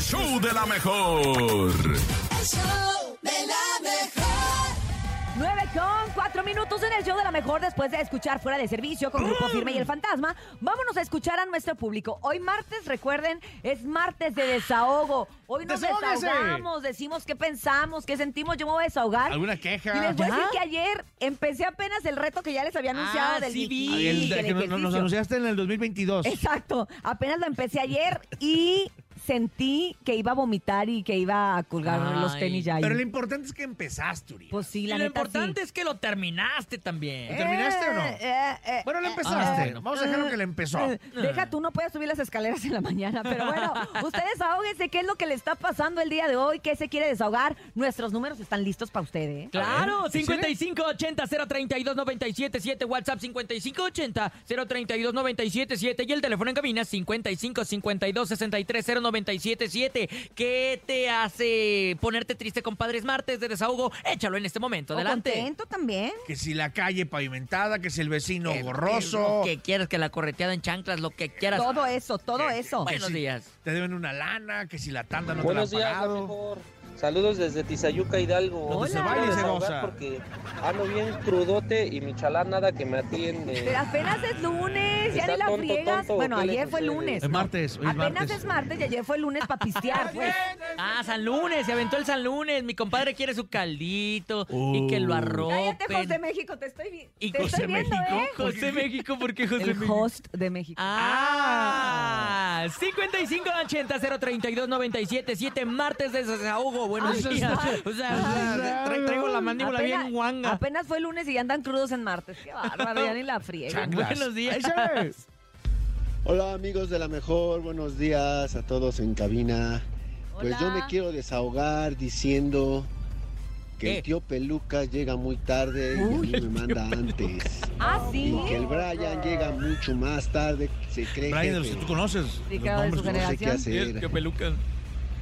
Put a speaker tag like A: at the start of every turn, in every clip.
A: show de la mejor.
B: El show de la mejor.
C: 9 con 4 minutos en el show de la mejor después de escuchar Fuera de Servicio con
D: Mm.
C: Grupo Firme y El Fantasma. Vámonos a escuchar a nuestro público. Hoy martes, recuerden, es martes de desahogo. Hoy nos
D: ¡Desahógese!
C: desahogamos, decimos qué pensamos, qué sentimos. Yo me voy a desahogar.
D: ¿Alguna
C: Y
D: queja?
C: les voy a decir que
D: ¿Ya?
C: ayer empecé apenas el reto que ya les había anunciado
E: Ah,
C: del
E: sí vi.
C: bikini,
D: Ay, el-
C: del
D: que no- no- nos
C: ejercicio.
D: anunciaste en el 2022.
C: Exacto, apenas lo empecé ayer y sentí que iba a vomitar y que iba a colgar los
E: Ay.
C: tenis ya. ahí.
D: Pero lo importante es que empezaste, Uri.
C: Pues sí,
E: Y
C: la
E: lo
C: neta, sí.
E: importante es que lo terminaste también.
D: ¿Lo terminaste o no?
C: eh, eh,
D: bueno, lo
C: eh,
D: empezaste.
E: ah,
D: Vamos a dejarlo que le empezó.
C: eh, Deja tú, no puedes subir las escaleras en la mañana, pero bueno, ustedes ahóguense qué es lo que le está pasando el día de hoy, qué se quiere desahogar. Nuestros números están listos para usted, ¿eh?
E: Claro, 5580-032-977, WhatsApp 5580-032-977 y el teléfono en cabina 5552-630977. ¿Qué te hace ponerte triste, compadre? Es martes de desahogo. Échalo en este momento,
C: O
E: adelante.
C: Oh, contento también.
D: Que si la calle pavimentada, que si el vecino
E: Que-
D: gorroso,
E: Lo que quieras, que la correteada en chanclas, lo que quieras.
C: Todo eso, todo eso.
E: Buenos
D: sí.
E: días.
D: te deben una lana, que si la tanda no
F: Buenos
D: te la han
F: días, la
D: pagado. pues
F: mejor. Saludos desde Tizayuca, Hidalgo.
C: Donde se
F: Me
C: baila
F: quiero
C: y se
F: desahogar
D: goza.
F: Porque ando bien crudote y mi chalán nada que me atiende.
C: Pero apenas es lunes, ya
F: Está
C: ni la
F: tonto,
C: friegas.
F: tonto,
C: Bueno,
F: ¿qué le
C: ayer fue
F: sucede?
C: lunes.
D: Es martes, hoy es
C: Apenas
D: martes.
C: es martes y ayer fue lunes para pistear, pues.
E: Ah, San Lunes, se aventó el San Lunes. Mi compadre quiere su caldito y que lo
D: Uh.
E: arropen.
C: Cállate, José México, te estoy, vi-
E: ¿Y
C: te estoy
D: José
C: viendo,
D: México?
C: ¿eh?
E: José México, ¿por qué José
C: El
E: México?
C: host de México.
E: Ah, 5580-032-977, martes de desahogo.
C: Ah,
E: Buenos
D: Ay,
E: días.
D: ay,
E: O sea, o sea, tra- traigo la mandíbula
C: Apenas,
E: bien guanga.
C: apenas fue lunes y ya andan crudos en martes. Qué bárbaro, ya ni la friega.
D: Chanclas.
E: Buenos días.
D: Ese es.
G: Hola amigos de la mejor, buenos días a todos en cabina. Pues yo me
C: Hola.
G: quiero desahogar diciendo que
E: ¿Qué?
G: el tío Peluca llega muy tarde y a
E: Uy,
G: mí
E: el
G: me manda antes.
C: Ah, sí.
G: Y que el Brian llega mucho más tarde, se cree
D: Brian, de los que
G: jefe.
D: tú conoces.
C: Sí,
D: los
C: claro, de su
D: nombres,
G: no sé qué
C: generación.
G: hacer.
E: peluca.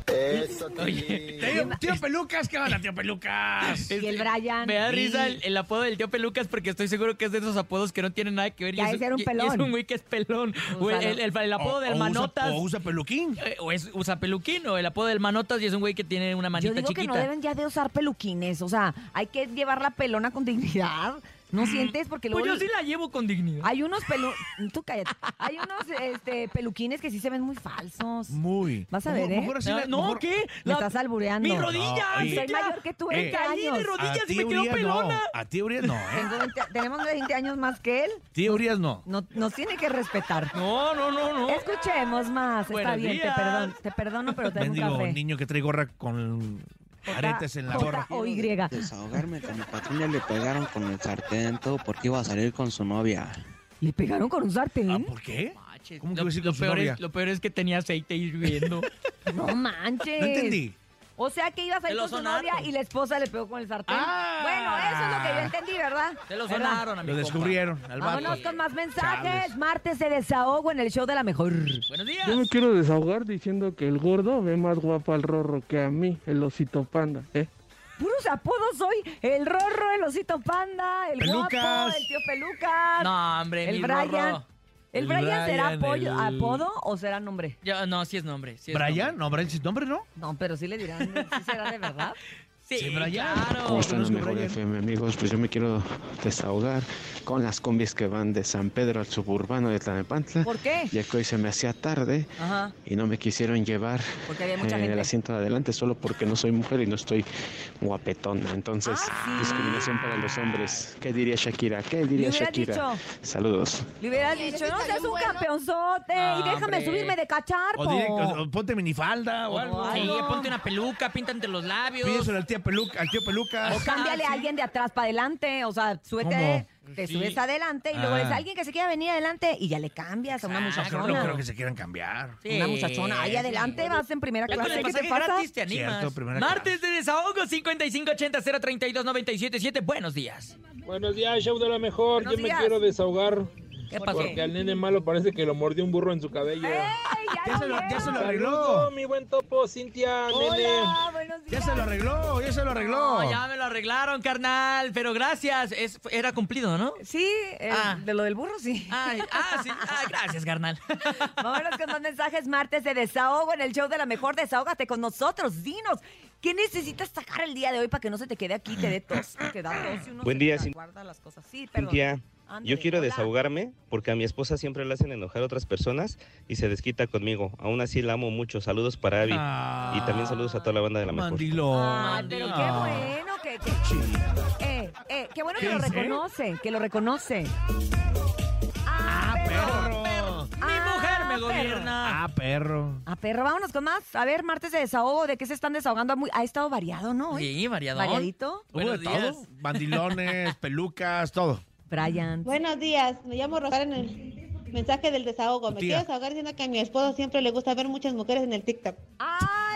D: Te digo, tío Pelucas, ¿qué onda, tío Pelucas?
C: Y el Brian.
E: este, Me da risa
D: Sí.
E: el, el apodo del tío Pelucas porque estoy seguro que es de esos apodos que no tienen nada que ver.
C: Ya
E: es-
C: de ser un
E: y- y es
C: pelón.
E: un güey que es pelón. O el, el- el- el apodo
D: O-
E: del
D: o usa-
E: Manotas.
D: O usa peluquín.
E: eh, o es usa peluquín o el apodo del Manotas y es un güey que tiene una manita
C: Yo digo
E: chiquita.
C: que no deben ya de usar peluquines. O sea, hay que llevar la pelona con dignidad. ¿No sientes? Porque
E: Pues
C: luego.
E: yo sí la llevo con dignidad.
C: Hay unos pelu... Tú cállate. Hay unos este, peluquines que sí se ven muy falsos.
D: Muy.
C: Vas a ver,
D: Mejor-
C: ¿eh?
D: mejor así
E: No,
D: la-
E: no,
D: mejor-
E: ¿qué?
C: Me
E: La-
C: estás albureando.
E: Mi rodilla,
D: No, oye.
E: Cintia.
C: Soy mayor que tú,
D: Eh,
C: 20
E: caí de
C: años.
D: A
E: rodillas y
D: ti,
E: me quedo
D: Urias, no.
E: pelona.
D: A ti, Urias, no, ¿eh?
C: Tengo 20 tenemos 20 años más que él.
D: Tío Urias, no.
C: No- nos tiene que respetar.
E: No, no, no, no.
C: Escuchemos más. Está
E: Buenos
C: bien,
E: días.
C: te perdono. Te perdono, pero te doy un
D: Mendigo
C: café.
D: niño que trae gorra con aretes en la
C: J-
D: gorra.
C: O Y.
H: Desahogarme que a mi patrón ya le pegaron con el sartén todo porque iba a salir con su novia.
C: ¿Le pegaron con un sartén?
D: Ah, ¿Por qué?
E: Maches,
D: ¿Cómo que iba
E: lo,
D: a decir
E: lo
D: con su
E: peor
D: novia?
E: es, lo peor es que tenía aceite hirviendo.
C: No manches.
D: No entendí.
C: O sea que ibas a
E: Te
C: ir
E: lo
C: con tu
E: sonaron.
C: novia y la esposa le pegó con el sartén.
D: Ah.
C: Bueno, eso es lo que yo entendí, ¿verdad?
E: Se lo
C: ¿Verdad?
E: sonaron, amigo.
D: Lo descubrieron al vato.
C: Vámonos con más mensajes.
D: Chales.
C: Martes de desahogo en el show de la mejor.
E: Buenos días.
I: Yo me quiero desahogar diciendo que el gordo ve más guapo al rorro que a mí, el osito panda, ¿eh?
C: Puros apodos hoy. El Rorro, el Osito Panda, el Guapo,
D: Pelucas.
C: el Tío Pelucas.
E: No, hombre,
C: el
E: mi
C: Brian.
E: Rorro.
C: ¿El,
D: El
C: Brian, será
D: Brian,
C: apoyo-
D: el-
C: apodo o será nombre?
E: Yo- no, sí es nombre. sí es
D: Brian,
E: nombre.
D: no, Brian, sin nombre, ¿no?
C: No, pero sí le dirán, sí será de verdad.
E: Sí,
D: Sí, Brian.
E: claro.
D: Oh.
J: ¿Cómo están los
D: Conozco a
J: mejor
D: Brian.
J: FM, amigos? Pues yo me quiero desahogar con las combis que van de San Pedro al suburbano de Tlanepantla,
C: ¿Por qué?
J: ya que hoy se me hacía tarde
C: Ajá,
J: y no me quisieron llevar
C: porque había
J: eh,
C: mucha
J: en el
C: gente.
J: asiento de adelante solo porque no soy mujer y no estoy guapetona. Entonces,
C: Ah, sí.
J: discriminación para los hombres. ¿Qué diría Shakira? ¿Qué
C: Le
J: diría
C: hubieras
J: Shakira?
C: dicho,
J: Saludos.
C: le hubieras
B: Oye, ese
C: dicho, no
B: está
C: seas
B: bien
C: un
B: bueno".
C: campeonzote y
E: No,
C: déjame
E: hombre.
C: subirme de cacharpo.
D: O, direct- o- o ponte minifalda o algo.
C: Ay,
E: Sí,
C: no.
E: ponte una peluca, pinta entre los labios.
D: Pídeselo al tío Peluca, al tío Peluca.
C: O cámbiale a
E: Ah, sí.
C: alguien de atrás para adelante, o sea, súbete, te
E: Sí.
C: subes adelante y luego
D: Ah.
C: es alguien que se quiera venir adelante y ya le cambias a una
E: Exacto.
D: No creo
C: muchachona.
D: que se quieran cambiar.
E: Sí.
C: Una muchachona, ahí adelante vas en primera
E: Ya con el
C: clase, ¿qué te
E: pasaje
C: pasa?
E: gratis te animas.
D: Cierto, primera
E: Martes de desahogo 5580-032-977. Buenos días.
F: Buenos días, show de la mejor.
C: Buenos
F: Yo me
C: días.
F: quiero desahogar
E: ¿Qué pasó?
A: Porque al nene malo parece que lo mordió un burro en su cabello.
C: ¡Ey! Ya,
D: Ya se lo,
C: vieron.
D: ya se lo
A: Saludo,
D: arregló.
A: mi buen topo, Cintia, nene.
C: Hola, buenos
D: Ya
C: días.
D: se lo arregló, ya se lo arregló.
E: No, Oh, ya me lo arreglaron, carnal. Pero gracias. Es- era cumplido, ¿no?
C: Sí, eh,
E: Ah.
C: de lo del burro, sí.
E: Ay, ah, sí. Ah, gracias, carnal.
C: Vámonos con más mensajes martes de desahogo en el show de la mejor. Desahógate con nosotros. Dinos, ¿qué necesitas sacar el día de hoy para que no se te quede aquí? Te dé tos. Te da tos y uno
K: Buen
C: se
K: día,
C: la
K: Cin-
C: guarda las cosas. Sí, perdón.
K: Cintia,
C: Ándale,
K: yo quiero
C: hola.
K: desahogarme porque a mi esposa siempre la hacen enojar a otras personas y se desquita conmigo. Aún así la amo mucho. Saludos para Abby.
D: Ah,
K: y también saludos a toda la banda de la mejor.
D: Mandilón. Ah.
C: Ay, pero qué bueno que, que- eh, eh, qué bueno que
D: ¿Qué
C: lo
D: dice?
C: reconoce, que lo reconoce. Ah,
D: Ah, perro.
E: Mi mujer me
C: perro.
E: gobierna.
D: Ah, perro.
C: Ah, perro, vámonos con más. A ver, martes de desahogo, ¿de qué se están desahogando? Ha muy- Ha estado variado, ¿no? Hoy?
E: Sí, variadón.
C: Variadito.
D: Hubo de
E: Buenos días.
D: todo. Bandilones, pelucas, todo.
C: Brian.
L: Buenos días, me llamo Rosario en el mensaje del desahogo. Me
D: Tía.
L: quiero desahogar diciendo que a mi esposo siempre le gusta ver muchas mujeres en el TikTok.
C: ¡Ay!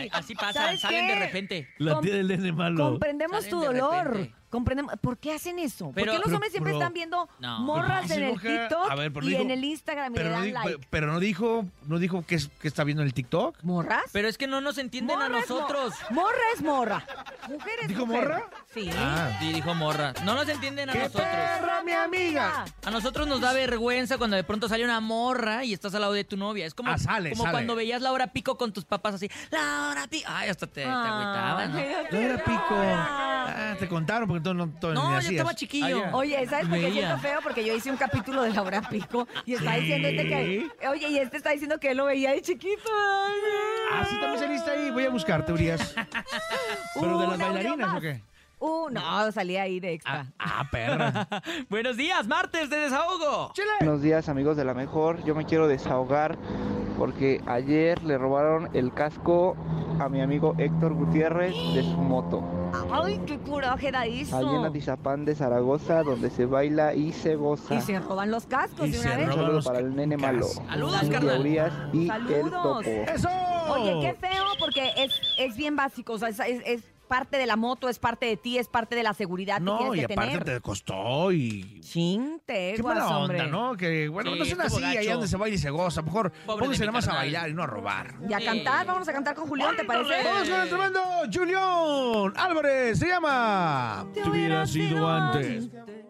E: Ay, así pasa,
C: ¿Sabes
E: salen
C: qué?
E: de repente.
D: La
C: Com-
D: tía del nene malo.
C: Comprendemos
E: Salen
C: tu
E: de
C: dolor.
E: repente.
C: Comprendemos. ¿Por qué hacen eso?
E: Pero-
C: ¿Por qué los
D: Pero,
C: hombres siempre
D: bro,
C: están viendo
E: No.
C: morras
D: Pero,
C: en el
D: dice, mujer,
C: Tiktok
D: a ver, pero
C: y
D: dijo-
C: en el Instagram y le
D: Pero no,
C: dan
D: di-
C: like?
D: pero no dijo, no dijo que, es- que está viendo en el TikTok.
C: ¿Morras?
E: Pero es que no nos entienden
C: Morra
E: a
C: es mo-
E: nosotros.
C: Morra es morra. Mujer es
D: ¿Dijo
C: mujer.
D: morra?
C: Sí.
D: Ah.
E: Sí, dijo morra. No nos entienden a
D: ¡Qué
E: nosotros.
D: perra, mi
C: Ah.
D: amiga!
E: A nosotros nos da vergüenza cuando de pronto sale una morra y estás al lado de tu novia. Es como,
D: Ah, sale,
E: como
D: sale.
E: cuando veías la hora pico con tus papás así. La hora pico. Ay, hasta te, te agüitaba, ¿no?
D: No era pico.
C: Ah.
D: Ah, te contaron porque tú no tú ni
E: No, yo
D: hacías.
E: estaba chiquillo.
D: Ah, ya.
C: Oye, ¿sabes por qué
E: Veía.
C: siento feo? Porque yo hice un capítulo de Laura Pico y está
D: ¿Qué?
C: diciendo este que. Oye, y este está diciendo que él lo veía de chiquito.
D: Ah, sí, también saliste ahí. Voy a buscarte, Urias. ¿Pero de las
C: Un audio
D: bailarinas
C: más.
D: o qué?
C: Uh, no, salí ahí de extra.
D: Ah, perra.
E: Buenos días, martes de desahogo.
F: Buenos días amigos de la mejor, yo me quiero desahogar porque ayer le robaron el casco a mi amigo Héctor Gutiérrez de su moto,
C: Ay, qué coraje da eso.
F: allí en Atizapán de Zaragoza, donde se baila y se goza.
C: Y se roban los cascos
D: Y
C: de
D: se
C: una vez.
D: roban.
F: Un saludo
D: los
F: para el nene malo.
D: cascos.
E: Saludos,
F: Cintia
E: carnal.
F: Urias y el
C: Saludos.
F: topo.
D: ¡Eso!
C: Oye, qué feo, porque es, es bien básico. O sea, es, es- es parte de la moto, es parte de ti, es parte de la seguridad que
D: No,
C: tienes
D: y
C: que
D: aparte
C: tener.
D: te costó y...
C: Chin, te
D: Qué mala onda,
C: hombre.
D: ¿no? Que, bueno,
E: Sí,
D: no sean
E: estuvo
D: así, ahí
E: gacho.
D: donde se baila y se goza. Mejor
E: Pobre
D: pónganse
E: de mi
D: nada más a
E: carnal.
D: bailar y no a robar.
C: Y a
E: Sí.
C: cantar, vamos a cantar con Julián, ¿te parece?
D: Vamos con el tremendo Julián Álvarez, se llama...
C: Te hubiera sido antes.